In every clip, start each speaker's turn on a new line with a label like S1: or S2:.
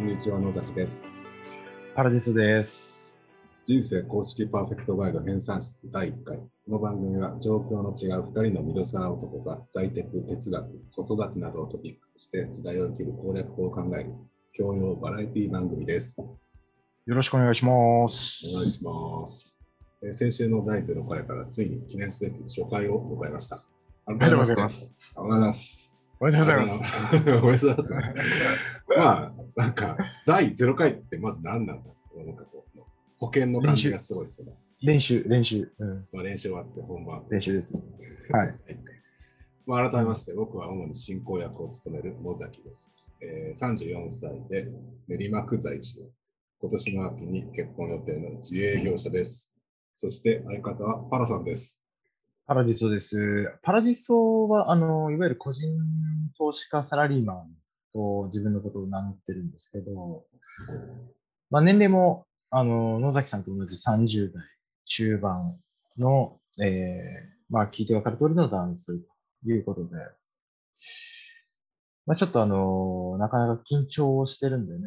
S1: んにちは、野崎です。
S2: パラディスです。
S1: 人生公式パーフェクトガイド編纂室第1回。この番組は、状況の違う2人のミドサー男が在宅、哲学、子育てなどをトピックとして、時代を生きる攻略法を考える、教養バラエティ番組です。お
S2: よろしくお願いします。
S1: 願いします。 えー先週の第0回から、ついに記念すべき初回を迎えました。あり
S2: おめでとうございま。す。
S1: おはようございます。
S2: おめ
S1: お
S2: でとうございます。。
S1: おめでと うございます。まあ、なんか、第0回ってまず何なんだなんかこう、保険の感じがすごいですよね。
S2: 練習、練習、うん、
S1: まあ、練習終わって、本番。
S2: 練習ですね。はい。
S1: まあ、改めまして、僕は主に進行役を務める野崎です。えー、34歳で練馬区在住。今年の秋に結婚予定の自営業者です。そして相方はパラさんです。
S2: パラディソです。パラディソは、あの、いわゆる個人投資家サラリーマンと自分のことを名乗ってるんですけど、まあ、年齢も、あの、野崎さんと同じ30代中盤の、えー、まあ、聞いてわかる通りの男性ということで、まあ、ちょっとあの、なかなか緊張してるんでね、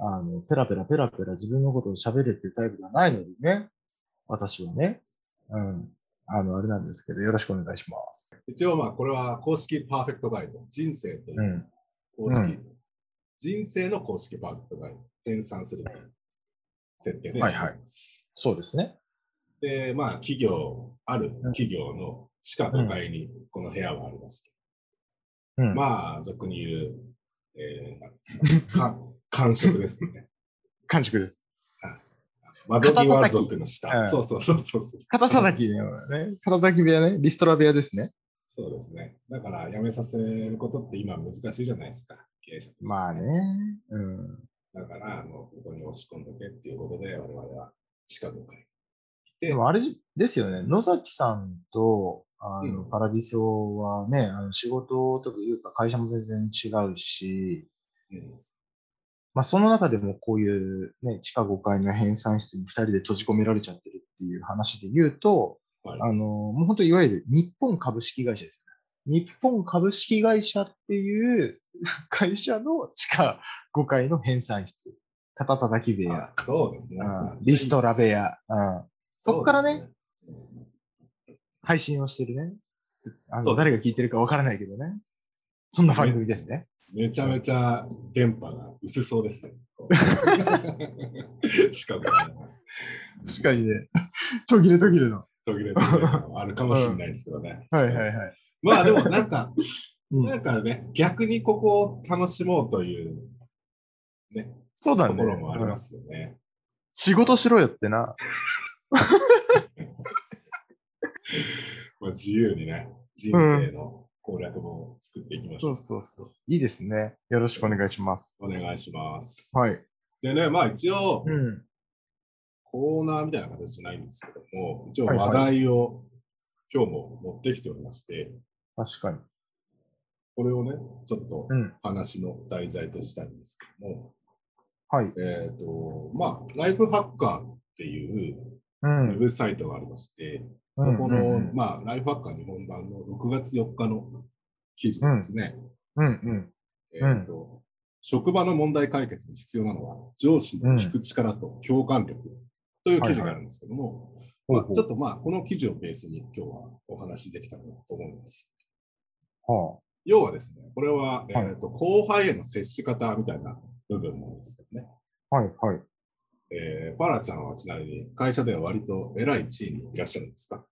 S2: あの、ペラペラペラペラ自分のことを喋るっていうタイプがないのでね、私はね、うん。あの、あれなんですけど、よろしくお願いします。。
S1: 一応、まあ、これは公式パーフェクトガイド。人生といううん公式。
S2: うん
S1: 人生の公式パーフェクトガイド。編纂するという設定で。
S2: はいはいそうですね。
S1: で、まあ、企業、ある企業の地下5階にこの部屋はありまして、
S2: うん。あ、
S1: まあ、俗に言う、えーなんていうんです か、か感触ですね。
S2: 完熟です。
S1: 窓際族の下。
S2: 肩
S1: そう
S2: 叩
S1: そうそうそうそう。
S2: 肩叩きね、肩叩き部屋ね、リストラ部屋ですね。
S1: そうですね。だから、辞めさせることって今難しいじゃないですか、経営者として
S2: まあ。ね。うん。
S1: だから、もうここに押し込んどけっていうことで、我々は地下5階。
S2: でもあれですよね、野崎さんと、あの、
S1: うん
S2: パラディソはね、あの仕事というか会社も全然違うし、
S1: うん
S2: まあその中でもこういうね、地下5階の編纂室に2人で閉じ込められちゃってるっていう話で言うと、
S1: はい
S2: あの、もう本当いわゆる日本株式会社ですよね。日本株式会社っていう会社の地下5階の編纂室。肩叩き部屋、
S1: あそうですね。
S2: うん
S1: まあ
S2: リストラ、部屋、うん
S1: そうですね
S2: そっからね。配信をしてるね。あ
S1: そ
S2: の
S1: うです
S2: 誰が聞いてるかわからないけどね。そんな番組ですね。
S1: めちゃめちゃ電波が薄そうです ね。しかも、
S2: 確かにね。途切れ途切れの。
S1: 途切れてるのもあるかもしれないですけどね。
S2: はいはいはい。
S1: まあでもなんか、
S2: う、
S1: なんんかね、逆にここを楽しもうという
S2: そう
S1: と
S2: だね
S1: ころもあり
S2: う
S1: ま
S2: ん
S1: すよね。
S2: 仕事しろよってな。
S1: まあ、自由にね、人生の攻略も作っていきましょ
S2: そうう。そうそう。いいですね。よろしくお願いします。
S1: お願いします。
S2: はい。
S1: でね、まあ一応、
S2: うん。
S1: コーナーみたいな形じゃないんですけども、一応
S2: はいはい
S1: 話題を今日も持ってきておりまして、
S2: 確かに。
S1: これをね、ちょっと
S2: うん。
S1: 話の題材としたいんですけども、
S2: はい。
S1: えっ、と、まあ、ライフハッカーっていう
S2: う
S1: ウ
S2: ん
S1: ェ。ブサイトがありまして、
S2: うん
S1: そこ
S2: うん
S1: の、
S2: うん
S1: まあ、ライフハッカー日本版の6月4日の記事ですね。
S2: うんうん。
S1: えっ、と、職場の問題解決に必要なのは、上司の聞く力と共感力という記事があるんですけども、まあちょっとまあ、この記事をベースに今日はお話できたらなと思います。
S2: は
S1: 要はですね、これは、え
S2: はい
S1: ーと後輩への接し方みたいな部分なんですけどね。
S2: あ、はいはい。
S1: えー、パラちゃんはちなみに会社では割と偉い地位にいらっしゃるんですか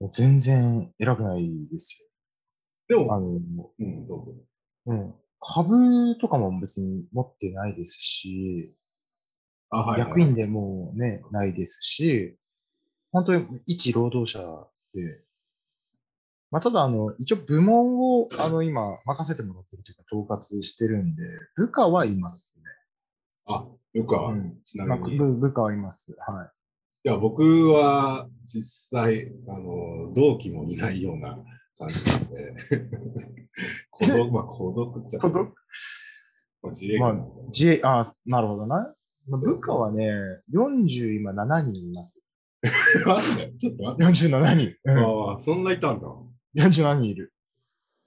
S2: もう全然偉くないです
S1: で
S2: よ。あ
S1: も、
S2: の、
S1: うん、どうぞ。
S2: うん。株とかも別に持ってないですし、
S1: あ、はい、はい。
S2: 役員でもね、ないですし、本当に一労働者で、まあ、ただ、あの、一応部門を、あの、今、任せてもらってるというか、統括してるんで、部下はいます
S1: あ、よくは、
S2: うん
S1: ち
S2: ね。
S1: な
S2: まあ、
S1: みに。い
S2: 部部下はいます。はい。
S1: や、僕は実際、あの、同期もいないような感じなんで、 孤独、まあ、孤独っちゃ
S2: 孤独
S1: まあ自営業なんで、
S2: 自営、ああ、なるほどな。
S1: そ
S2: まあ
S1: うそう
S2: 部下はね、40今7人います。
S1: マジでちょっと待って。
S2: 47人。うん
S1: ああ、そんないたんだ。
S2: 47人いる。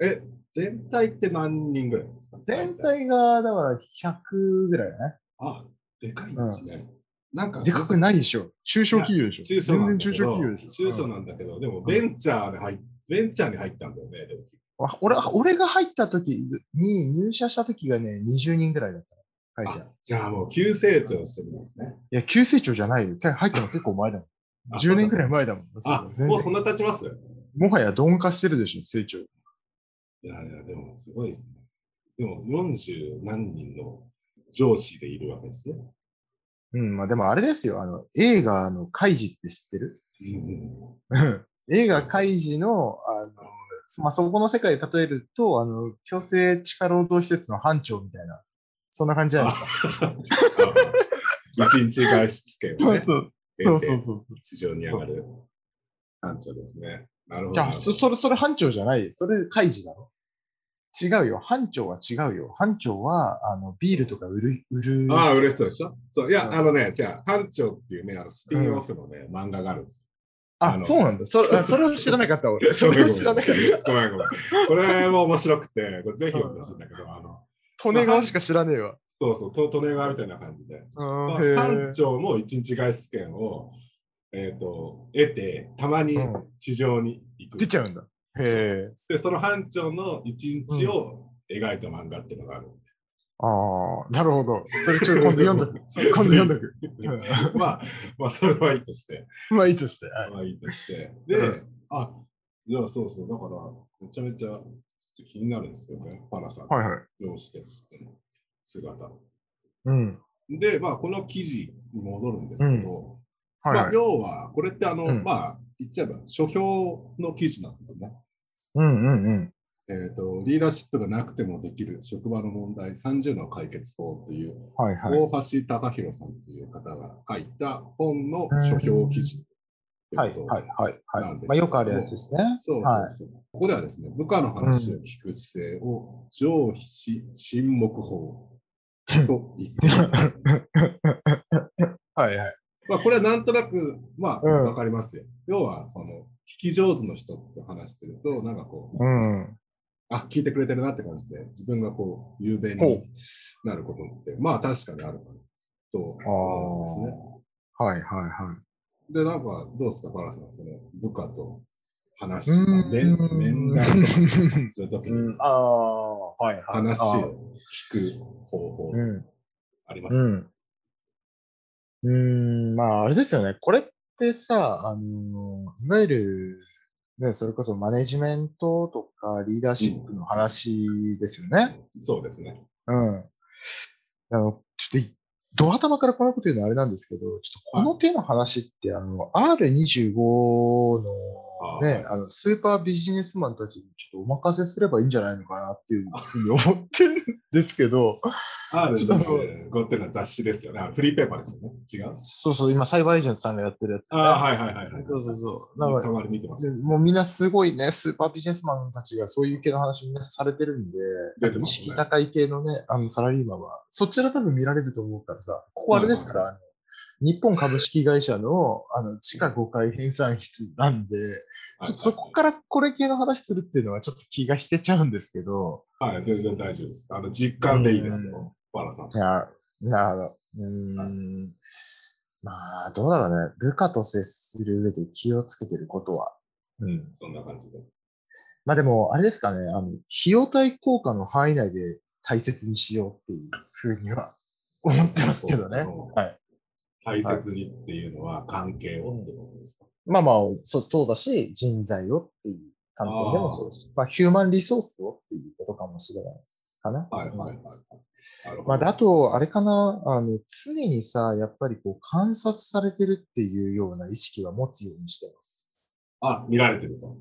S1: え、全体って何人ぐらいですか
S2: 全体が、だから100ぐらいだね。
S1: あ、でかいんですね。なんか、
S2: でかくないでしょ。中小企業でしょ。
S1: 中小
S2: 全
S1: なん
S2: 然
S1: だけど
S2: 中小企業でしょ。
S1: 中小なんだけど、でもベンチャーに入っベンチャーに入ったんだよね、でも
S2: うんあ俺、俺が入った時に、入社した時がね、20人ぐらいだった。会社。い
S1: あじゃあもう急成長してますね。
S2: や、急成長じゃないよ。入ったの結構前だもん。
S1: あ
S2: 10年くら
S1: い。
S2: い前だもん。
S1: あ
S2: そう、全
S1: もう
S2: 然
S1: そんな経ちます
S2: もはや鈍化してるでしょ、成長。
S1: いやいや、でもすごいですね。でも40何人の上司でいるわけですね。
S2: うん、まあでもあれですよ、あの、映画のカイジって知ってる
S1: うん
S2: うん映画カイジの、あの、まあそこの世界で例えると、あの、強制地下労働施設の班長みたいな、そんな感じじゃない
S1: う ん、あの一日外出券をね、
S2: そう
S1: そ
S2: そうう
S1: そ
S2: そううそう。
S1: 地上に上がる班長ですね。なるほど。
S2: じゃあ、そそれ、それ班長じゃない。それ、カイジだろ。違うよ。班長は違うよ。班長は、あの、ビールとか売る、売る。
S1: ああ、売る人でしょそう。いや、
S2: うん
S1: あのね、じゃあ、班長っていうね、あのスピンオフのね、漫画があるんですあ
S2: あ、
S1: の
S2: そうなんだ。そあそれを知らなかった、俺。
S1: よ。
S2: それを知らなかっ
S1: ごめんごめん。これも面白くて、これぜひ読んでほしいんだけど、あの、
S2: た。利根川しか知らね えわ。
S1: そうそう、トトネガみたいな感じで。まあ
S2: うん、へえ
S1: 班長も一日外出券を、えっと得て、たまに
S2: うん
S1: 地上に行く。
S2: 出ちゃうんだ。へえ。
S1: で、その班長の一日を描いた漫画っていうのがある。
S2: ああ、なるほど。それちょっと今度読んどく。それ今度読んどく。
S1: まあ、まあ、それはいいとして。
S2: まあいいとして。はい
S1: まあいいと して。で、あ、じゃあそうそう、だから、めちゃめちゃちょっと気になるんですよね、パナさん。
S2: はいはい。
S1: どうしてしての姿。
S2: うん。
S1: で、まあ、この記事に戻るんですけど、
S2: はい
S1: まあ、
S2: はい。
S1: 要は、これってあの、
S2: うん
S1: まあ、言っちゃえば、書評の記事なんですね。
S2: うんうんうん。
S1: えっ、と、リーダーシップがなくてもできる職場の問題30の解決法っていう、
S2: はいはい。
S1: 大橋貴弘さんという方が書いた本の書評記事と
S2: はいいう
S1: こと
S2: はいはい
S1: な
S2: は
S1: んですけど
S2: い。まあよくあるやつですね。
S1: そうそうそう。ここではですね、部下の話を聞く姿勢を上司沈黙法と言っている。
S2: はいはい。
S1: まあこれはなんとなく、まあ、
S2: うん
S1: わかりますよ。要は、その、聞き上手の人と話してると、なんかこう、
S2: うん。
S1: あ、聞いてくれてるなって感じで、自分がこう、雄弁
S2: ほ
S1: に
S2: う
S1: なることって、まあ確かにあるかなと思うんですね。
S2: ああ。はいはいはい。
S1: で、なんか、どうですか、パラさん、その、部下と話し、
S2: うん
S1: まあ面面談とか するとき
S2: う
S1: に
S2: ん。ああ、はいはい。
S1: 話を聞く方法。
S2: うん。
S1: あります。
S2: う
S1: うん
S2: ん。うーん、まあ、あれですよね。これってさ、あの、いわゆる、ね、それこそマネジメントとかリーダーシップの話ですよね。
S1: そうですね。
S2: うん。あの、ちょっとい、ド頭からこんなこと言うのはあれなんですけど、ちょっとこの手の話って、あの、R25 のね、あの、スーパービジネスマンたちにちょっとお任せすればいいんじゃないのかなっていうふうに思ってるんですけど、
S1: R25 っていうのは雑誌ですよね。あフリーペーパーですよね。違う
S2: そうそう、今、サイバーエージェントさんがやってるやつ、
S1: ああ、はいはいはいはい。
S2: そうそうそう。
S1: な
S2: なん
S1: か
S2: んか
S1: たまに見てます。
S2: でもうみんなすごいね、スーパービジネスマンたちがそういう系の話みんなされてるんで、
S1: 出て
S2: 意
S1: ます
S2: 識
S1: ね。
S2: 高い系のね、あのサラリーマンは、そちら多分見られると思うからさ、ここあれですから、あの日本株式会社のあの地下5階編算室なんで、ちょっとそこからこれ系の話するっていうのはちょっと気が引けちゃうんですけど、
S1: はい、はい全然大丈夫です。あの実感でいいですよ、パラさん
S2: い。や、なるほど。うーん。まあ、どうだろうね。部下と接する上で気をつけてることは。うん。
S1: そんな感じで。
S2: まあでも、あれですかね。あの、費用対効果の範囲内で大切にしようっていうふうには思ってますけどね。はい。
S1: 大切にっていうのは関係をってことですか。
S2: まあまあ、そそうだし、人材をっていう観点でもそうだし、まあ、ヒューマンリソースをっていうことかもしれないかな。
S1: はいはい
S2: うん
S1: はいはい。なるほど
S2: まあ、だと、あれかな、あの、常にさ、やっぱりこう、観察されてるっていうような意識は持つようにしてます。
S1: あ、見られてると。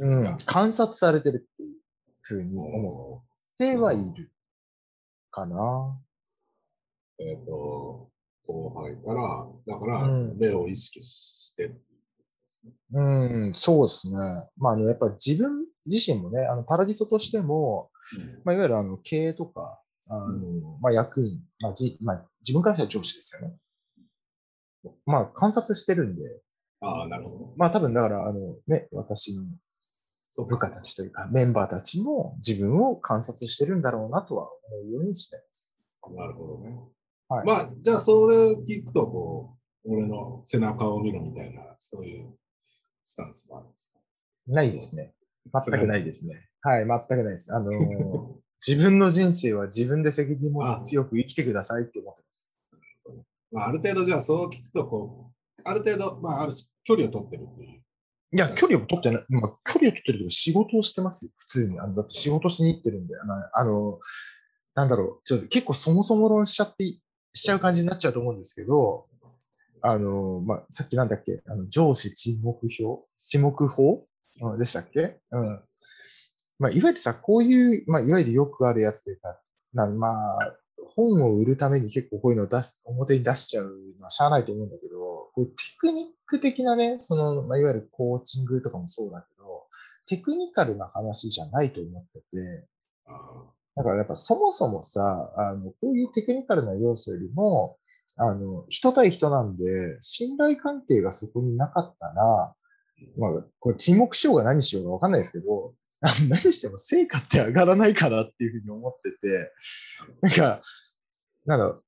S2: うん。観察されてるっていうふうに思
S1: お
S2: ってはいるかな。
S1: ーえっ、と、後輩から、だから、
S2: うん
S1: その目を意識してっていうことですね。
S2: うん、そうですね。まあ、あの、やっぱり自分自身もね、あの、パラディソとしても、まあ、いわゆるあの、経営とか、あの、まあ、役員、まあ、じ、まあ、自分からしたら上司ですよね。まあ、観察してるんで、
S1: ああ、なるほど。
S2: まあ、多分だから、あの、ね、私の
S1: そう
S2: 部
S1: か
S2: 下たちというか、メンバーたちも自分を観察してるんだろうなとは思うようにしてます。
S1: なるほどね。
S2: はい。
S1: まあ、じゃあ、それ聞くと、こう、俺の背中を見ろみたいな、そういうスタンスもあるんですか。
S2: ないですね。全くないいですね。はい、全くないです。あのー自分の人生は自分で責任も強く生きてくださいって思ってます。
S1: まあ、ある程度、じゃあ、そう聞くと、こう、ある程度、まあ、ある種、距離を取ってるっていう。
S2: いや、距離を取ってない、まあ、距離を取ってるけど、仕事をしてますよ、普通に。あのだって仕事しに行ってるんで、あの、あのなんだろう、ちょっと結構そもそも論しちゃって、しちゃう感じになっちゃうと思うんですけど、あの、まあ、さっきなんだっけ、あの上司沈黙表、沈黙法うんでしたっけうん。まあ、いわゆるさ、こういう、まあ、いわゆるよくあるやつというか、なんまあ、本を売るために結構こういうのを出す、表に出しちゃうのはしゃあないと思うんだけど、こういうテクニック的なね、その、まあ、いわゆるコーチングとかもそうだけど、テクニカルな話じゃないと思ってて、
S1: あ
S2: だからやっぱそもそもさ、あの、こういうテクニカルな要素よりも、あの、人対人なんで、信頼関係がそこになかったら、まあ、これ沈黙しようが何しようがわかんないですけど、 あの何しても成果って上がらないかなっていうふうに思ってて、なんか、なんだろう、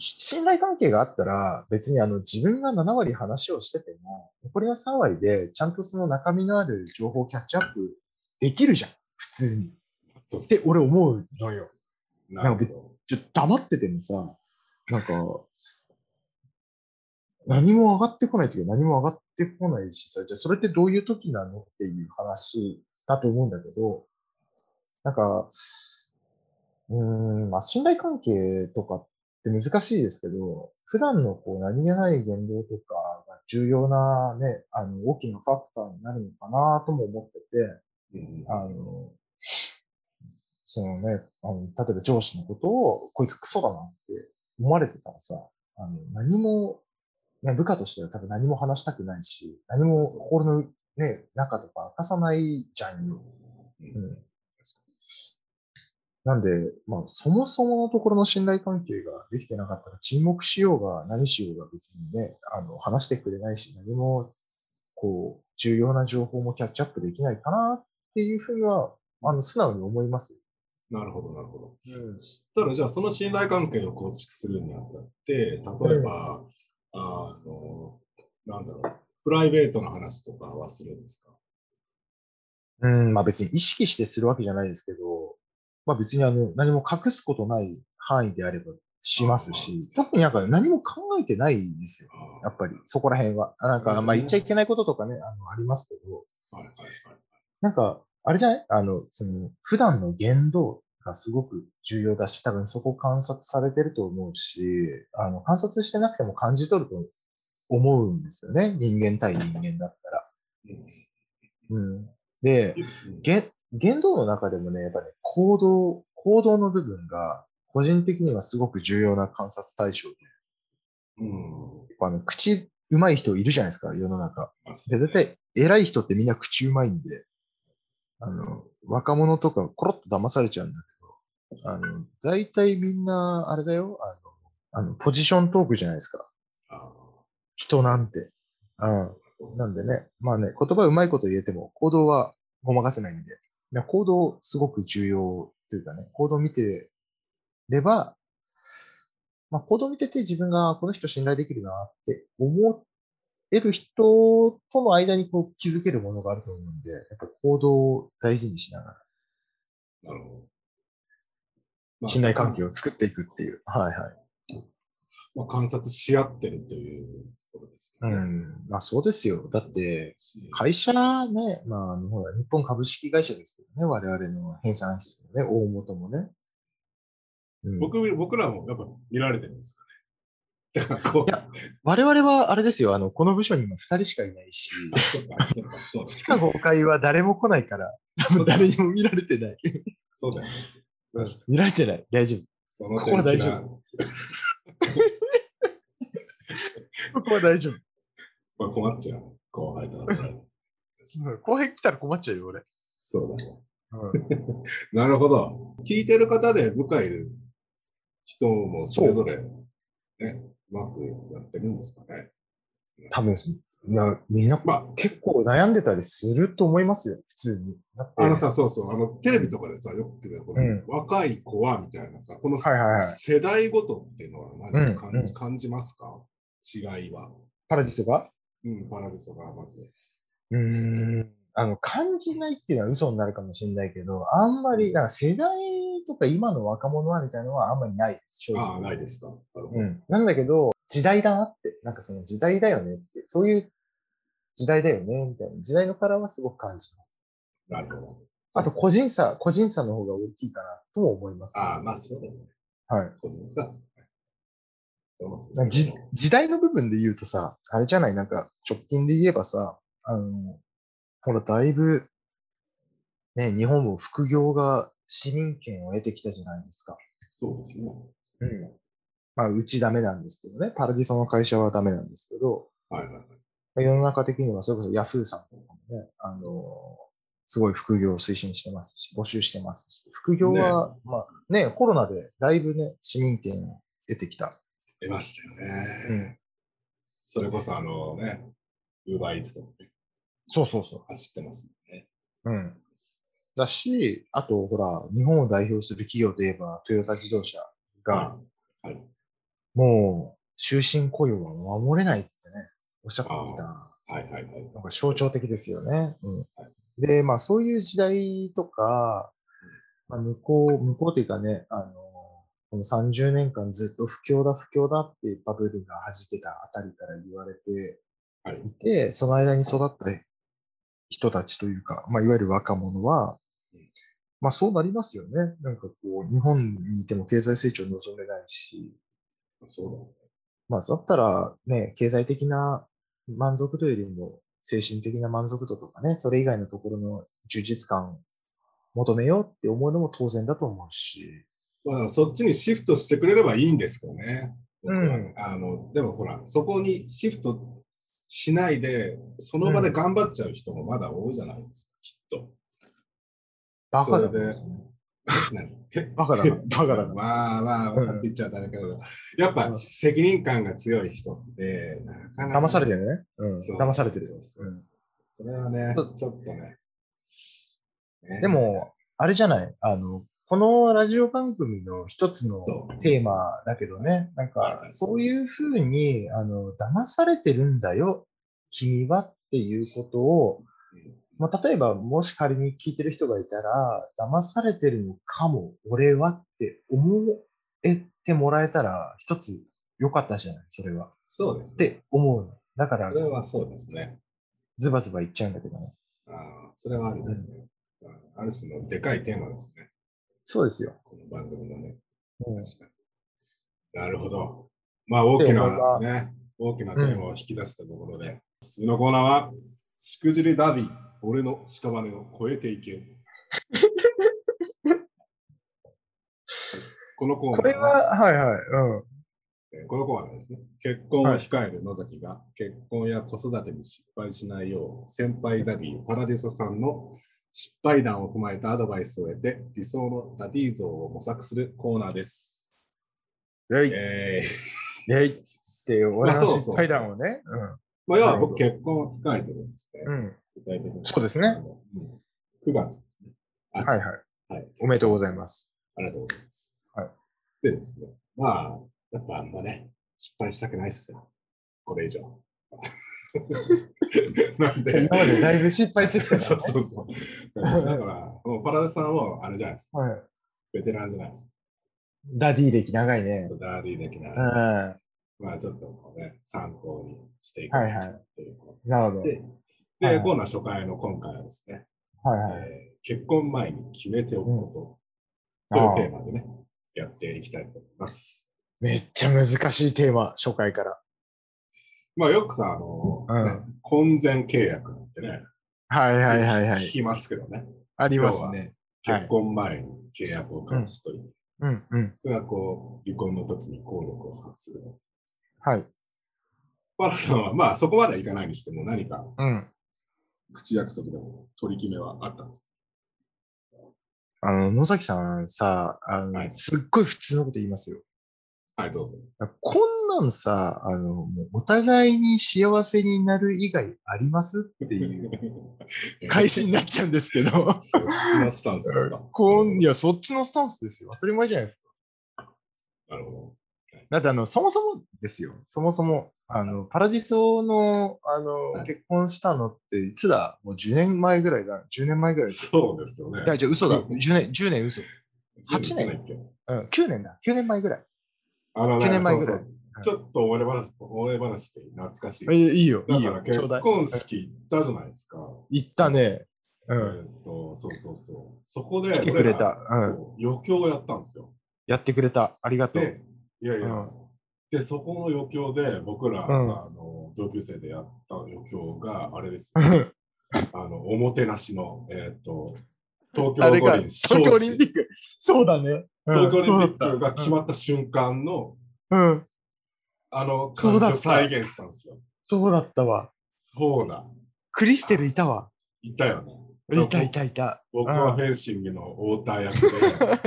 S2: 信頼関係があったら、別にあの自分が7割話をしてても、残りの3割でちゃんとその中身のある情報をキャッチアップできるじゃん、普通に。
S1: ー
S2: って俺思うのよ。
S1: なるほど。
S2: ちょっと黙っててもさ、なんか、何も上がってこないときは何も上がってこないしさ、じゃあそれってどういう時なのっていう話だと思うんだけど、なんか、うーん、まあ信頼関係とかって難しいですけど、普段のこう何気ない言動とかが重要なね、あの大きなファクターになるのかなとも思ってて、
S1: うん
S2: あの、そのね、あの例えば上司のことを、こいつクソだなって思われてたらさ、あの何も、ね、部下としては多分何も話したくないし、何も心の、ね、中とか明かさないじゃんよ。
S1: うん
S2: うんなんで、まあ、そもそものところの信頼関係ができてなかったら、沈黙しようが何しようが別にね、あの、話してくれないし、何も、こう、重要な情報もキャッチアップできないかなっていうふうには、あの、素直に思います。
S1: なるほど、なるほど。
S2: うん
S1: そしたら、じゃあ、その信頼関係を構築するにあたって、例えば、あの、なんだろう、プライベートの話とかはするんですか
S2: うん、まあ別に意識してするわけじゃないですけど、まあ別にあの、何も隠すことない範囲であればしますし、特になんか何も考えてないですよ。やっぱり、そこら辺は。なんか、まあ言っちゃいけないこととかね、あの、ありますけど、
S1: はいはいはい。
S2: なんか、あれじゃないあの、その、普段の言動がすごく重要だし、多分そこ観察されてると思うし、あの、観察してなくても感じ取ると思うんですよね。人間対人間だったら。うん。で、言言動の中でもね、やっぱり、ね、行動、行動の部分が、個人的にはすごく重要な観察対象で、
S1: うん。うん
S2: あの、口うまい人いるじゃないですか、世の中。
S1: まあ
S2: で、絶対、偉い人ってみんな口うまいんで、あの、若者とかコロッと騙されちゃうんだけど、あの、大体みんな、あれだよ、あの、あのポジショントークじゃないですか。
S1: あ
S2: 人なんて。うん。なんでね、まあね、言葉うまいこと言えても、行動はごまかせないんで、ね行動すごく重要というかね、行動を見てれば、まあ、行動を見てて自分がこの人信頼できるなって思える人との間にこう気づけるものがあると思うんで、やっぱ行動を大事にしなが
S1: なるほど。
S2: ら、信頼関係を作っていくっていう。はいはい。
S1: まあ、観察し合ってるというところですかね、
S2: うん。まあそうですよ。だって、
S1: そうですし、
S2: 会社ね、まあ、あのほら、日本株式会社ですけどね、我々の編纂室のね、大元もね。うん、
S1: 僕僕らもやっぱ見られてるんですかね。だからこう、
S2: いや我々はあれですよ、あの、この部署にも2人しかいないし、
S1: あそうか、そうか、そうだ
S2: 地下5階は誰も来ないから、多分誰にも見られてない。
S1: そうだよね。確かに
S2: 見られてない。大丈夫。
S1: その
S2: ここは大丈
S1: 夫。
S2: ここは大丈夫。
S1: まあ、困っちゃう。後輩とか から。
S2: うん後輩来たら困っちゃうよ、俺。
S1: そうだね。
S2: うん、
S1: なるほど。聞いてる方で部下いる人もそれぞれ、ね、うまくやってるんですかね。
S2: 多分、いや、みんな、
S1: まあ
S2: 結構悩んでたりすると思いますよ、普通に。だって、
S1: あのさ、そうそう、あのテレビとかでさ、よく出てくるこの、
S2: うん
S1: 若い子はみたいなさ、この、
S2: はいはいはい
S1: 世代ごとっていうのは何か感じ,、
S2: うんうん
S1: 感じますか違いは。
S2: パラディスが
S1: うん、パラディソがまず。
S2: うーん、あの、感じないっていうのは嘘になるかもしれないけど、あんまり、なんか世代とか今の若者はみたいなのはあんまりないです、正
S1: あ
S2: 直。
S1: あ、ないですか。なるほど
S2: うん。なんだけど、時代だなって、なんかその時代だよねって、そういう時代だよね、みたいな、時代のカラーはすごく感じます。
S1: なるほど。
S2: あと、個人差、個人差の方が大きいかなとも思います、
S1: ああ、まあそうだよね。
S2: はい。
S1: 個人差っすね。どうもそう
S2: だからじ時代の部分で言うとさ、あれじゃない、なんか直近で言えばさ、あの、ほら、だいぶ、ね、日本も副業が市民権を得てきたじゃないですか。
S1: そうですね。
S2: うん。まあ、うちダメなんですけどね、パラディソの会社はダメなんですけど、
S1: はいはいはい。
S2: まあ世の中的にはそれこそ Yahoo さんとかもね、あのすごい副業を推進してますし、募集してますし、副業は、まあね、コロナでだいぶね、市民権を得てきた。
S1: 出ましたよね。
S2: うん。
S1: それこそあのね、ウーバーイーツとかね
S2: そうそうそ
S1: 走ってますもんね。
S2: う。うん。だし、あと、ほら、日本を代表する企業といえば、トヨタ自動車が、
S1: はいはい
S2: もう、終身雇用は守れないってね、おっしゃっていた。
S1: はいはいはい。
S2: なんか象徴的ですよね。うん、で、まあそういう時代とか、まあ、向こう、向こうというかね、あの、この30年間ずっと不況だ不況だってバブルが弾けたあたりから言われて
S1: はい
S2: いて、その間に育った人たちというか、まあいわゆる若者は
S1: うん、
S2: まあそうなりますよね。なんかこう、日本にいても経済成長望めないし、
S1: そうだ
S2: まあ、だったら、ね、経済的な満足度よりも、精神的な満足度とかね、それ以外のところの充実感を求めようって思うのも当然だと思うし。
S1: まあ、そっちにシフトしてくれればいいんですけどね。
S2: うん
S1: あのでもほら、そこにシフトしないで、その場で頑張っちゃう人もまだ多いじゃないですか、きっ
S2: バカだ
S1: それで
S2: ですね。
S1: と。何え
S2: バ カだな。バカだ な。
S1: まあまあ、分かっていっちゃうだけど、やっぱ責任感が強い人って、なかなか
S2: 騙されてるね。うん。
S1: そう
S2: 騙されて
S1: そ
S2: る
S1: う。そうそうそれはね、ち
S2: そ
S1: ょ
S2: う
S1: っとね。ね
S2: で、も、あれじゃないあの、このラジオ番組の一つの
S1: そう
S2: テーマだけどね、なんか、そういうふうに、あの、騙されてるんだよ、君はっていうことを、まあ、例えば、もし仮に聞いてる人がいたら、騙されてるのかも、俺はって思えてもらえたら、一つ良かったじゃない、それは。
S1: そうです
S2: っ
S1: ね。
S2: て思うの。だから
S1: そ、れはそうですね。
S2: ズバズバ言っちゃうんだけどね。
S1: ああ、それはありですね。あある種のでかいテーマですね。
S2: そうですよ。
S1: この番組のね。
S2: うん
S1: 確かに。なるほど。まあ、大き
S2: って思い
S1: な、
S2: ます
S1: ね、大きなテーマを引き出したところで、次のコーナーは、しくじりダビー、俺の屍を越えてい け。このコーナー
S2: これは、はいはい、うん。
S1: えーこのコーナーですね。結婚を控える野崎が、結婚や子育てに失敗しないよう、先輩ダディ、パラディソさんの失敗談を踏まえたアドバイスを得て、理想のダディ像を模索するコーナーです。
S2: えい、
S1: え
S2: えい。
S1: ー、
S2: って、俺
S1: まあ
S2: の
S1: そうそう
S2: 失敗談をね。
S1: まあ、要は僕、結婚を控えてるんですね。
S2: うん。うん。
S1: 具体的に
S2: そうですね。
S1: うん、9月ですね。あ
S2: はいはい。
S1: はい。
S2: おめでとうございます。
S1: ありがとうございます。
S2: はい。
S1: でですね、まあ、やっぱあんまね、失敗したくないっすよ。これ以 上。なんで、
S2: 今までだいぶ失敗して きたか
S1: そ
S2: ら
S1: う
S2: ね
S1: そうそう。だから、もうパラダさんはあれじゃないですか。
S2: はい。
S1: ベテランじゃないですか。
S2: ダディ歴長いね。
S1: ダーディー的
S2: うん。
S1: な、
S2: は
S1: まあちょっとこうね、参考にしてい
S2: い
S1: く
S2: はい。
S1: ということで。
S2: なるほど
S1: で、
S2: はいはい
S1: コーナー初回の今回はですね、
S2: はいはい。
S1: えー結婚前に決めておくこと
S2: ああ
S1: というテーマでね、やっていきたいと思います。
S2: めっちゃ難しいテーマ、初回から。
S1: まあよくさ、あの、
S2: うん
S1: ね婚前契約なんてね、
S2: はいはいはいは
S1: 聞
S2: い。
S1: きますけどね、
S2: ありますね。はい
S1: 結婚前に契約を交わすという、
S2: うんうん。
S1: それはこう、離婚の時に効力を発する。
S2: はい。
S1: パラさんは、まあそこまではいかないにしても、何か
S2: うん。
S1: 口約束でも取り決めはあったんですか
S2: あの、野崎さんさ、あの、
S1: はい
S2: すっごい普通のこと言いますよ。
S1: はい、どうぞ。
S2: こんなんさ、あの、もうお互いに幸せになる以外ありますっていう 開始になっちゃうんですけど、
S1: そっちのスタンス ですか。
S2: こん、いや、そっちのスタンスですよ。当たり前じゃないですか。
S1: なるほ
S2: だってあの、そもそもですよ。そもそも、あの、パラディソの、あの、
S1: はい
S2: 結婚したのって、いつだもう10年前ぐらいだ。10年前ぐら
S1: ど。
S2: いですよ。
S1: そうですよね。
S2: いや、じゃあ嘘だ。10年、10年嘘。八年
S1: 10だっけ
S2: うん、9年だ。9年前ぐらい。
S1: あの
S2: 9年前ぐらい
S1: そうそうちょっと思い話、思い話して懐かしい。
S2: えいいよ、い
S1: だ
S2: い
S1: か
S2: よ
S1: ら。
S2: ちょ
S1: 結
S2: うだい。
S1: 婚式行ったじゃないですか。
S2: 行ったね。う
S1: え
S2: ん。
S1: ーっと、そうそうそう。そこで
S2: 来てくれた
S1: 俺ら
S2: うん
S1: そう余興をやったんですよ。
S2: やってくれた。ありがとう。
S1: で、いやいや、
S2: うん
S1: で、そこの余興で僕ら、
S2: うん
S1: あの同級生でやった余興があれです
S2: う
S1: よ、
S2: ん
S1: あの、おもてなしの、えーっと、東
S2: あ れ
S1: 京五輪
S2: か、東京オリンピ
S1: ッ
S2: ック。そうだね。うん
S1: 東京オリンピッ
S2: そう
S1: ク
S2: だ
S1: が
S2: った
S1: 決まった瞬間の、
S2: うんうん。
S1: あの、
S2: そ
S1: 感
S2: うだ
S1: 情
S2: った
S1: 再現したんですよ。
S2: そうだったわ。
S1: そうだ、
S2: クリステルいたわ。
S1: いたよね。
S2: いたいたいた。
S1: 僕
S2: う
S1: は
S2: ん
S1: フェンシングの太田役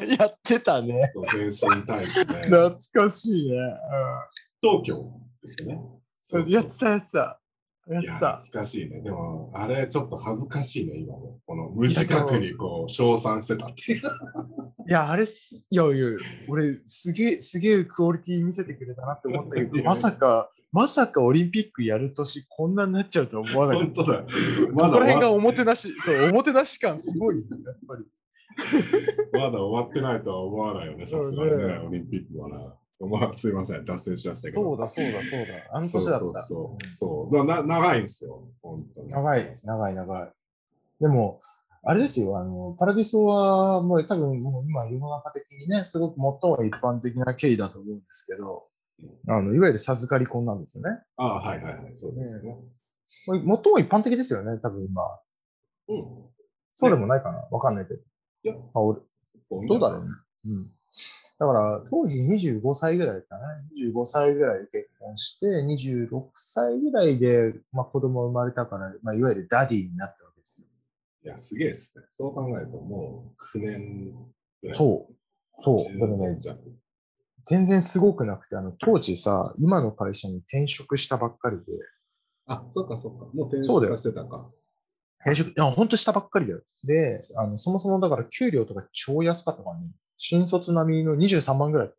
S1: で、
S2: やってたね。
S1: そう、フェンシングタイプで、
S2: 懐かしいね。
S1: 東京って言ってね。
S2: う
S1: そ
S2: ん
S1: うそう
S2: やってたやってた。や
S1: い
S2: って
S1: や、
S2: た。
S1: 懐かしいね。でも、あれ、ちょっと恥ずかしいね、今も。この無自覚にこう、称賛してたっていう。
S2: いや、あれす、いやいや、俺、すげえ、すげえクオリティ見せてくれたなって思ったけ
S1: い
S2: ど、
S1: や
S2: まさか、まさかオリンピックやる年、こんなになっちゃうとは思わなか
S1: 本
S2: った。
S1: 当だよ。
S2: こ
S1: まだ
S2: こら辺
S1: 終
S2: が
S1: わ
S2: おもてなし、そう、おもてなし感すごいよ、やっぱり。
S1: まだ終わってないとは思わないよね、さすがに
S2: そう
S1: ね、
S2: ね
S1: オリンピックはな。まあ、すいません、脱線しましたけど。
S2: そうだ、そうだ、そうだ。あの年だ
S1: そう
S2: った。
S1: そうそう。そうな長いんですよ、本当に。
S2: 長い、長い、長い。でも、あれですよ、あの、パラディソは、もう多分、もう今、世の中的にね、すごく最も一般的な経緯だと思うんですけど、あの、いわゆる授かり婚なんですよね。
S1: ああ、はいはいはい、そうですよね。
S2: これ最も一般的ですよね、多分今。
S1: うん。
S2: そうでもないかなわかんないけど。
S1: いや
S2: あ俺どうだろうね。うん。だから、当時25歳ぐらいかな。25歳ぐらいで結婚して、26歳ぐらいで、まあ、子供生まれたから、まあ、いわゆるダディになったわけですよ。
S1: いや、すげえですね。そう考えると、もう9年ぐらい。
S2: そう。そう。
S1: 10
S2: だからね
S1: 年、弱。
S2: 全然すごくなくて、あの、当時さ、今の会社に転職したばっかりで、
S1: あ、そっかそっか。もう転
S2: そう
S1: 職
S2: だよ
S1: はしてたか。
S2: 転職、いや、ほんとしたばっかりだよ。で、あの、そもそもだから給料とか超安かったからね、新卒並みの23万ぐらい。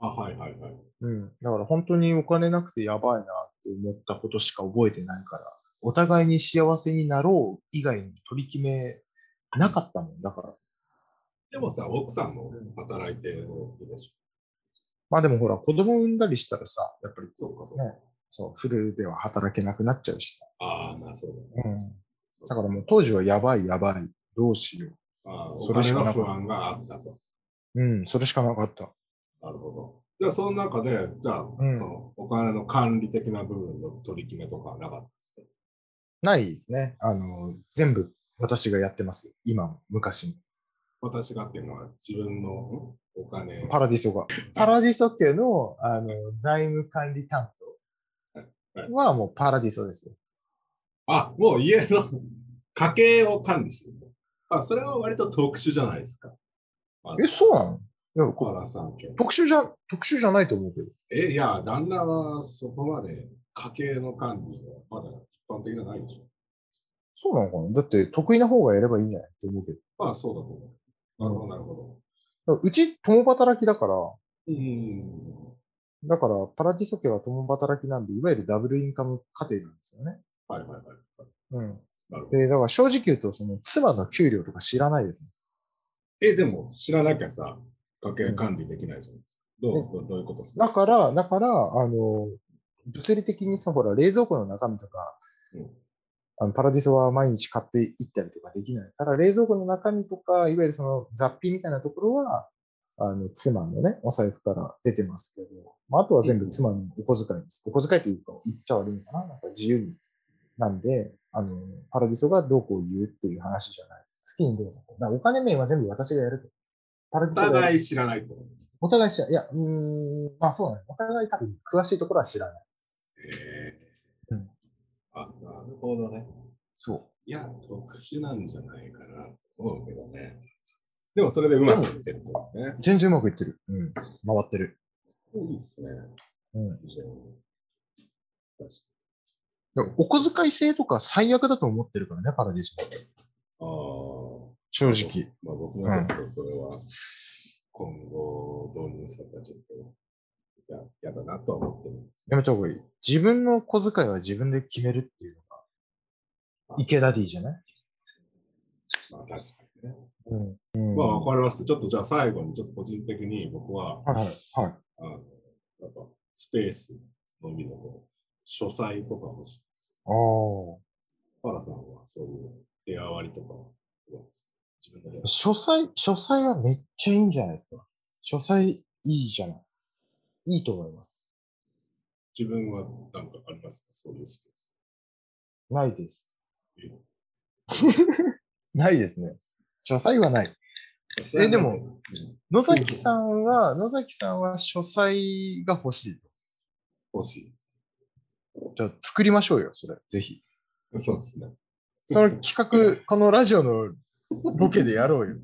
S1: あ、はいはいはい。
S2: うん。だから本当にお金なくてやばいなって思ったことしか覚えてないから、お互いに幸せになろう以外に取り決めなかったもんだから。
S1: でもさ、奥さんも働いてるでしょ。
S2: まあでもほら、子供産んだりしたらさ、やっぱり
S1: そうかそうか。
S2: ねそう、フルでは働けなくなっちゃうしさ。
S1: ああ、まあそうだ
S2: う
S1: ね。
S2: ん。
S1: そう
S2: だからもう当時はやばいやばい、どうしよ
S1: ああお
S2: それし
S1: 金の
S2: かなかっ
S1: 不
S2: た
S1: 安があったと。
S2: う。うん、それしかなかった。
S1: なるほど。じゃあ、その中で、じゃあ、
S2: ん
S1: そのお金の管理的な部分の取り決めとかはなかったんですか
S2: ないですね。あの、全部私がやってます。今も、昔も。
S1: 私がっていうのは自分のんお金。
S2: パラディソが。パラディソ家のあの財務管理担当はもうパラディソですよ。
S1: あ、もう家の 家計を管理してる。あ、それは割と特殊じゃないですか。
S2: え、そうなのいや
S1: 小
S2: こ
S1: 原さん家
S2: 特殊じゃ、特殊じゃないと思うけど。
S1: え、いや、旦那はそこまで家計の管理はまだ一般的じゃないでしょ。
S2: そうなのかなだって得意な方がやればいいんじゃないと思うけど。
S1: まあ、そうだと思う。なるほど、なるほど。
S2: だからうち、共働きだから、
S1: うん。
S2: だから、パラディソ家は共働きなんで、いわゆるダブルインカム家庭なんですよね。
S1: はいはいはい。
S2: うん。
S1: なるほど。
S2: で、だから正直言うと、その、妻の給料とか知らないですね。
S1: え、でも知らなきゃさ、家計管理できないじゃないですか。どうどうどういうことです
S2: だ
S1: か
S2: から、だから、あの、物理的にさ、ほら、冷蔵庫の中身とか、
S1: うん
S2: あのパラディソは毎日買っていったりとかできないから、冷蔵庫の中身とか、いわゆるその雑費みたいなところは、あの、妻のね、お財布から出てますけど、まあ、あとは全部妻のお小遣いです。お小遣いというか、言っちゃ悪いのかななんか自由に。なんで、あの、パラディソがどうこう言うっていう話じゃない。好きにどうぞ。だからお金面は全部私がやると。パラデ
S1: お
S2: ィソがやる
S1: 互い知らないってことです。
S2: お互い知らない。いや、うーん、まあそうなんお互い多分詳しいところは知らない。
S1: え
S2: う
S1: ー
S2: ん
S1: あ、なるほどね。
S2: そ
S1: いや、特殊なんじゃないかなと思うけどね。でもそれでうまくいってるってことね
S2: う。。全然うまくいってる。うん。回ってる。
S1: いいですね。
S2: うん
S1: 非常に。確か
S2: だからお小遣い制とか最悪だと思ってるからね、パラディスは。
S1: に。ああ。
S2: 正直。
S1: まあ僕がちょっとそれは今後導入されたらちょっとややだなとは思ってるんですね。
S2: やめた方がいい。自分の小遣いは自分で決めるっていうのが、池ダディじゃない
S1: まあ確かにね。
S2: うん。
S1: まあわかりました。ちょっとじゃあ最後にちょっと個人的に僕は、
S2: はいはい。はい。
S1: あのやっぱスペースのみのこう書斎とか欲しいです。
S2: ああ。
S1: パラさんはそういう部屋割りとかはどうですか自分の部屋。
S2: 書斎、書斎はめっちゃいいんじゃないですか。書斎いいじゃない。いいと思います。
S1: 自分はなんかありますかそういうスペース。
S2: ないです
S1: え。
S2: ないですね。書斎はない。えでも、野崎さんは、野崎さんは書斎が欲しい。
S1: 欲しいです。
S2: じゃあ作りましょうよ、それ。ぜひ。
S1: そうですね。
S2: その企画、このラジオのロケでやろうよ。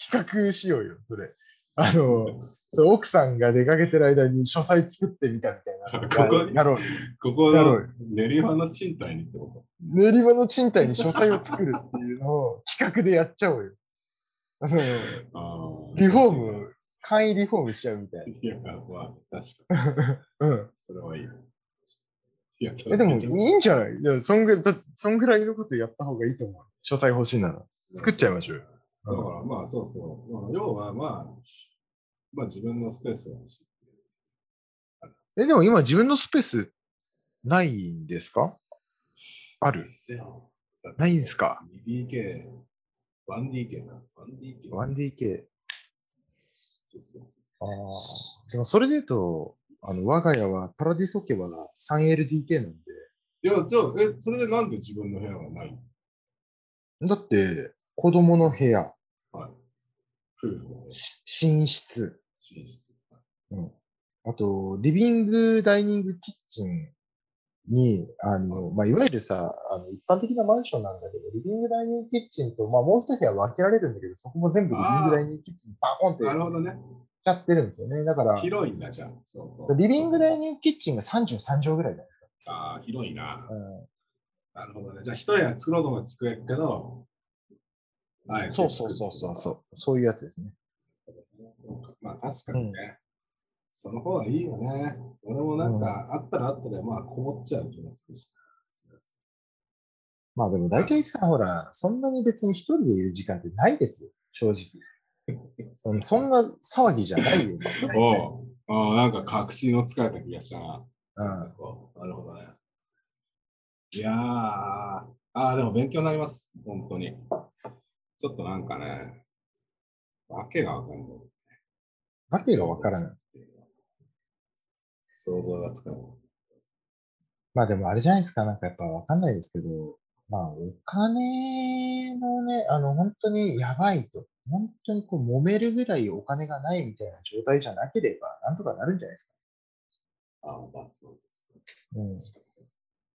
S2: 企画しようよ、それ。あの、そう奥さんが出かけてる間に書斎作ってみたみたいな。
S1: ここに
S2: やろう。
S1: ここ
S2: やろう
S1: の
S2: よ
S1: 練馬の賃貸にってこ
S2: 練馬の賃貸に書斎を作るっていうのを企画でやっちゃおうよ。あの、
S1: とあ
S2: リフォーム、簡易リフォームしちゃうみたい
S1: いや、まあ、確かに、
S2: な。うん。
S1: それはいい。いや、
S2: え、でもい
S1: ちょっ
S2: いんじゃないいや、そんぐらい、だそんぐらいのことやった方がいいと思う。書斎欲しいなら。
S1: と
S2: 作っちゃいましょうよ。
S1: だから、まあ、そうそう。まあ、要は、まあ、まあ、自分のスペースが欲しい。
S2: え、でも今自分のスペースないんですかあ
S1: あ
S2: る
S1: すよ。
S2: ないんすか
S1: ?2DK、1DK な。1DK。
S2: ?1DK。
S1: そうそうそう
S2: あ
S1: そう。
S2: あ。でもそれで言うと、あの、我が家はパラディソケバが 3LDK なんで。
S1: いや、じゃあ、え、それでなんで自分の部屋がない
S2: だって、子供の部屋、
S1: はい。夫婦の
S2: し寝室、
S1: 寝室。
S2: あと、リビング、ダイニング、キッチンに、あの、まあ、いわゆるさ、あの、一般的なマンションなんだけど、リビング、ダイニング、キッチンと、まあ、もう一部屋分けられるんだけど、そこも全部リビン
S1: あー
S2: グ、ダイニング、キッチン、バコンって
S1: なる
S2: や
S1: ほどね。
S2: っちゃってるんですよね。だから、
S1: 広いんだ、じゃあ。そうそう
S2: リビング、ダイニング、キッチンが33畳ぐらいだよ。
S1: ああ、広いな。
S2: うん
S1: なるほどね。じゃあ、一部屋作ろうと思って作れるけど、はい。
S2: そうそうそうそうそう。そういうやつですね。
S1: そうか。まあ、確かにね。その方がいいよね。俺もなんか、あったらあったで、まあ、こもっちゃう気もするし。
S2: まあでも大体さ、ほら、そんなに別に一人でいる時間ってないですよ、正直。そ んそんな騒ぎじゃないよ。大 体
S1: おうああ、なんか確信をつかれた気がしたな。
S2: うん
S1: こうなるほどね。いやー、ああ、でも勉強になります。本当に。ちょっとなんかね、わけがわかんない。
S2: わけがわからない。
S1: 想像がつかない。
S2: まあでもあれじゃないですか、なんかやっぱわかんないですけど、まあお金のね、あの本当にやばいと、本当にこう揉めるぐらいお金がないみたいな状態じゃなければ、なんとかなるんじゃないです
S1: ああ、まあそうですね。
S2: か。うん、
S1: 確かに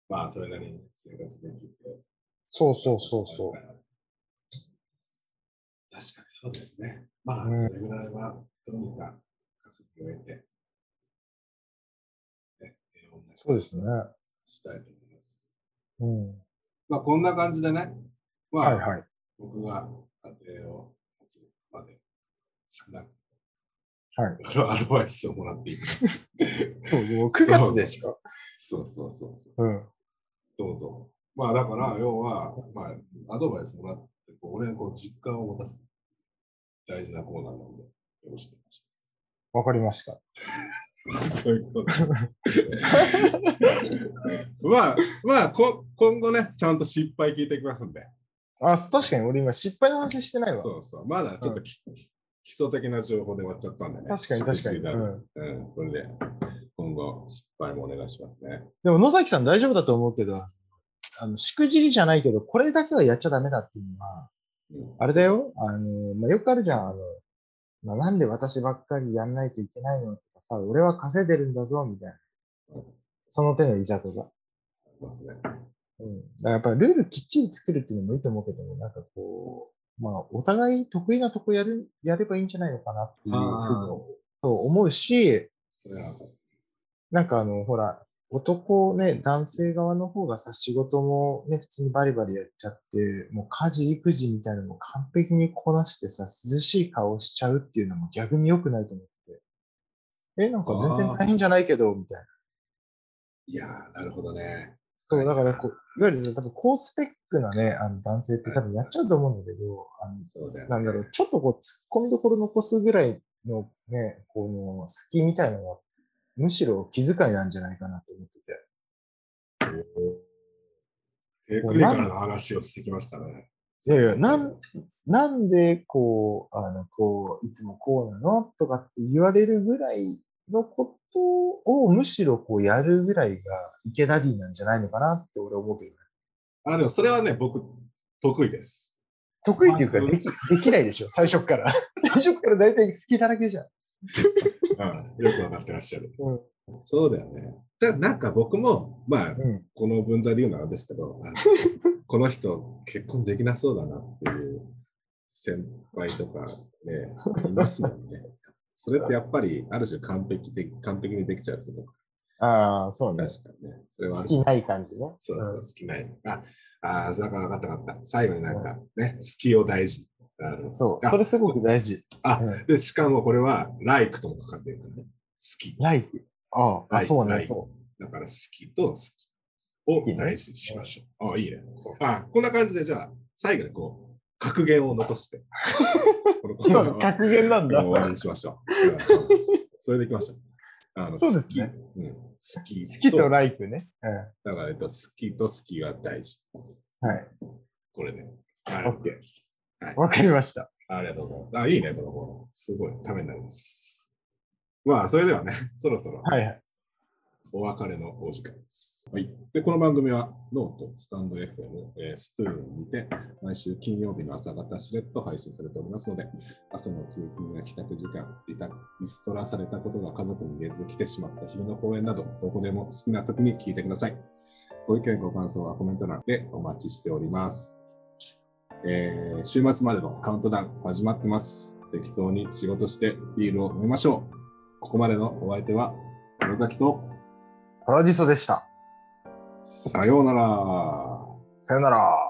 S1: まあそれなりに生活できて。
S2: そうそうそうそう。
S1: 確かにそうですね。まあ
S2: うん
S1: それぐらいはどうにか稼ぎを得て、ね、平穏な
S2: そうですね。
S1: したいと思います。
S2: うん。
S1: まあこんな感じでね、まあ、
S2: はいはい。
S1: 僕が家庭を持つまで少なく
S2: はい
S1: いろいろアドバイスをもらっていきます。
S2: そうもう9月でしょ。
S1: そうそうそうそう。
S2: うん。
S1: どうぞ。まあだから、要は、まあ、アドバイスもらって、こう俺にこう実感を持たす大事なコーナーなので、よろしくお願いし
S2: わかりました。
S1: ます。ということで。まあ、まあこ、今後ね、ちゃんと失敗聞いていきますんで。
S2: あ、確かに俺今失敗の話してないわ。
S1: そうそう。まだちょっとき、基礎的な情報で終わっちゃったんでね。
S2: 確かに確かに。
S1: 失敗
S2: う
S1: だ
S2: ん、
S1: うん、これで、今後、失敗もお願いしますね。
S2: でも野崎さん大丈夫だと思うけど、あの、しくじりじゃないけど、これだけはやっちゃダメだっていうのは、
S1: うん
S2: あれだよ、あの、まあ、よくあるじゃん、あの、まあ、なんで私ばっかりやんないといけないのとかさ、俺は稼いでるんだぞ、みたいな。その手のいざこざ。
S1: ますね。
S2: うん。だからやっぱりルールきっちり作るっていうのもいいと思うけどね、なんかこう、まあ、お互い得意なとこやる、やればいいんじゃないのかなっていうふうに
S1: あー
S2: そう思うし、
S1: それは、
S2: なんかあの、ほら、男ね、男性側の方がさ、仕事もね、普通にバリバリやっちゃって、もう家事、育児みたいなのも完璧にこなしてさ、涼しい顔しちゃうっていうのも逆に良くないと思って。え、なんか全然大変じゃないけど、みたいな。
S1: いやー、なるほどね。
S2: そう、だからこう、いわゆるその多分高スペックなね、あの男性って多分やっちゃうと思うんだけど、あの
S1: そうだよね。
S2: なんだろう、ちょっとこう、突っ込みどころ残すぐらいのね、この隙みたいなのは、むしろ気遣いなんじゃないかなと思ってて。
S1: テクニカルな話をしてきましたね。
S2: いやいや、なん、なんで、こう、あの、こう、いつもこうなのとかって言われるぐらいのことを、むしろこう、やるぐらいが、池ダディなんじゃないのかなって俺は思うけどね。
S1: あ、でもそれはね、僕、得意です。
S2: 得意っていうか、
S1: まあ
S2: でき、できないでしょ、最初っから。 最初っから大体好きだらけじゃん。
S1: うん、よくわかってらっしゃる。
S2: うん。
S1: そうだよね。だなんか僕も、まあ、
S2: うん。
S1: この分際で言うのはあれですけど、 あのこの人、結婚できなそうだなっていう先輩とかね、いますもんね。それってやっぱり、ある種完璧的、完璧にできちゃう人とか、
S2: ああ、そうね。
S1: 確かにね。それはあ
S2: 好
S1: る
S2: きない感じね。
S1: そう
S2: うん
S1: そう、好きない。あ、あー、なんか分かった分かった。最後になんかね、好きを大事。あの
S2: そう。
S1: あ
S2: それすごく大事。
S1: あ
S2: うん
S1: で、しかもこれは、ライクともかかってるからね。好き。
S2: ライク。ああ、
S1: ライク
S2: そう
S1: ラ
S2: ね。
S1: イク
S2: そう
S1: だから好きと好きを
S2: 好きね
S1: 大事にしましょう。あ、いいね。
S2: そう。
S1: あ、こんな感じで、じゃあ、最後にこう、格言を残 して。このコーナ
S2: 今
S1: ー
S2: の
S1: は
S2: 格言なんだ。
S1: 終わりにしましょう。うんそれでいきましょう。あの
S2: そうですね
S1: 好きうん好き
S2: 好きとライクね。
S1: だから、えっと、好きと好きは大事。
S2: うん。はい。
S1: これね。ありがとうございました。
S2: わかりました。
S1: ありがとうございます。あ、いいね、このコーナー。すごい、ためになります。まあ、それではね、そろそろ
S2: はいはい。
S1: お別れのお時間です。はい。で、この番組は、ノート、スタンド FM、えースプーンにて、毎週金曜日の朝方、しれっと配信されておりますので、朝の通勤や帰宅時間、リタリストラされたことが家族に言えず来てしまった昼の公演など、どこでも好きな時に聞いてください。ご意見、ご感想はコメント欄でお待ちしております。えー週末までのカウントダウン始まってます。適当に仕事してビールを飲みましょう。ここまでのお相手は、野崎と、
S2: パラディソでした。
S1: さようなら。
S2: さよなら。